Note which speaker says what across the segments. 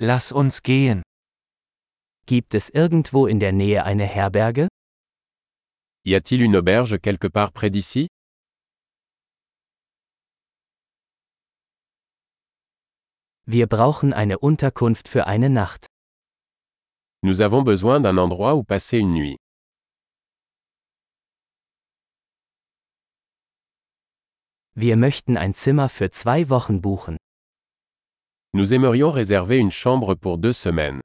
Speaker 1: Lass uns gehen.
Speaker 2: Gibt es irgendwo in der Nähe eine Herberge?
Speaker 3: Y a-t-il une auberge quelque part près d'ici
Speaker 2: Wir brauchen eine Unterkunft für eine Nacht.
Speaker 3: Nous avons besoin d'un endroit où passer une nuit.
Speaker 2: Wir möchten ein Zimmer für zwei Wochen buchen.
Speaker 3: Nous aimerions réserver une chambre pour deux semaines.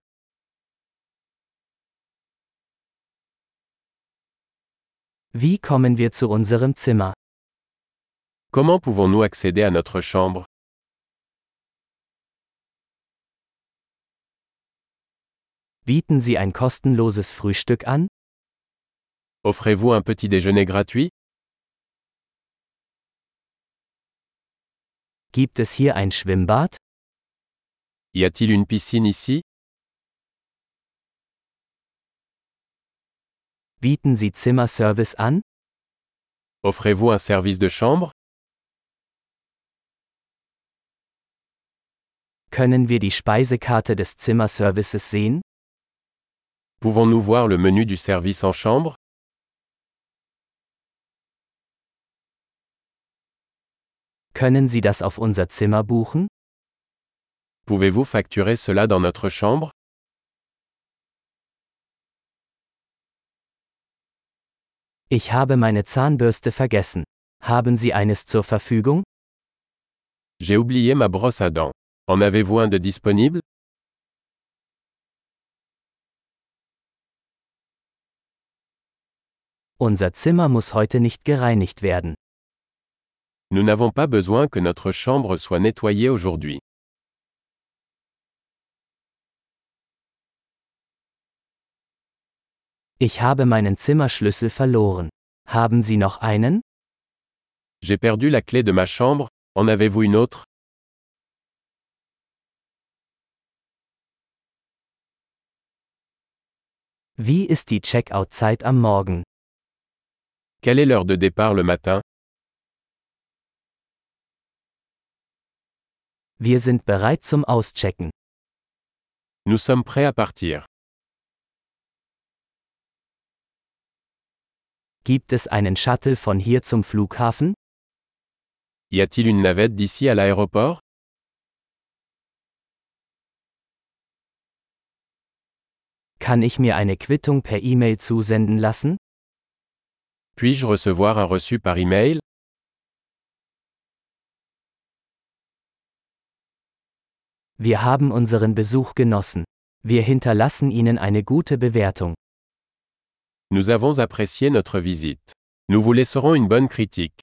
Speaker 2: Wie kommen wir zu unserem Zimmer?
Speaker 3: Comment pouvons-nous accéder à notre chambre
Speaker 2: Bieten Sie ein kostenloses Frühstück an?
Speaker 3: Offrez-vous un petit déjeuner gratuit
Speaker 2: Gibt es hier ein Schwimmbad?
Speaker 3: Y a-t-il une piscine ici
Speaker 2: Bieten Sie Zimmerservice an?
Speaker 3: Offrez-vous un service de chambre
Speaker 2: Können wir die Speisekarte des Zimmerservices sehen?
Speaker 3: Pouvons-nous voir le menu du service en chambre
Speaker 2: Können Sie das auf unser Zimmer buchen?
Speaker 3: Pouvez-vous facturer cela dans notre chambre
Speaker 2: Ich habe meine Zahnbürste vergessen. Haben Sie eines zur Verfügung?
Speaker 3: J'ai oublié ma brosse à dents. En avez-vous un de disponible
Speaker 2: Unser Zimmer muss heute nicht gereinigt werden.
Speaker 3: Nous n'avons pas besoin que notre chambre soit nettoyée aujourd'hui.
Speaker 2: Ich habe meinen Zimmerschlüssel verloren. Haben Sie noch einen?
Speaker 3: J'ai perdu la clé de ma chambre, en avez-vous une autre
Speaker 2: Wie ist die Checkout-Zeit am Morgen?
Speaker 3: Quelle est l'heure de départ le matin
Speaker 2: Wir sind bereit zum Auschecken.
Speaker 3: Nous sommes prêts à partir.
Speaker 2: Gibt es einen Shuttle von hier zum Flughafen?
Speaker 3: Y a-t-il une navette d'ici à l'aéroport
Speaker 2: Kann ich mir eine Quittung per E-Mail zusenden lassen?
Speaker 3: Puis-je recevoir un reçu par email
Speaker 2: Wir haben unseren Besuch genossen. Wir hinterlassen Ihnen eine gute Bewertung.
Speaker 3: Nous avons apprécié notre visite. Nous vous laisserons une bonne critique.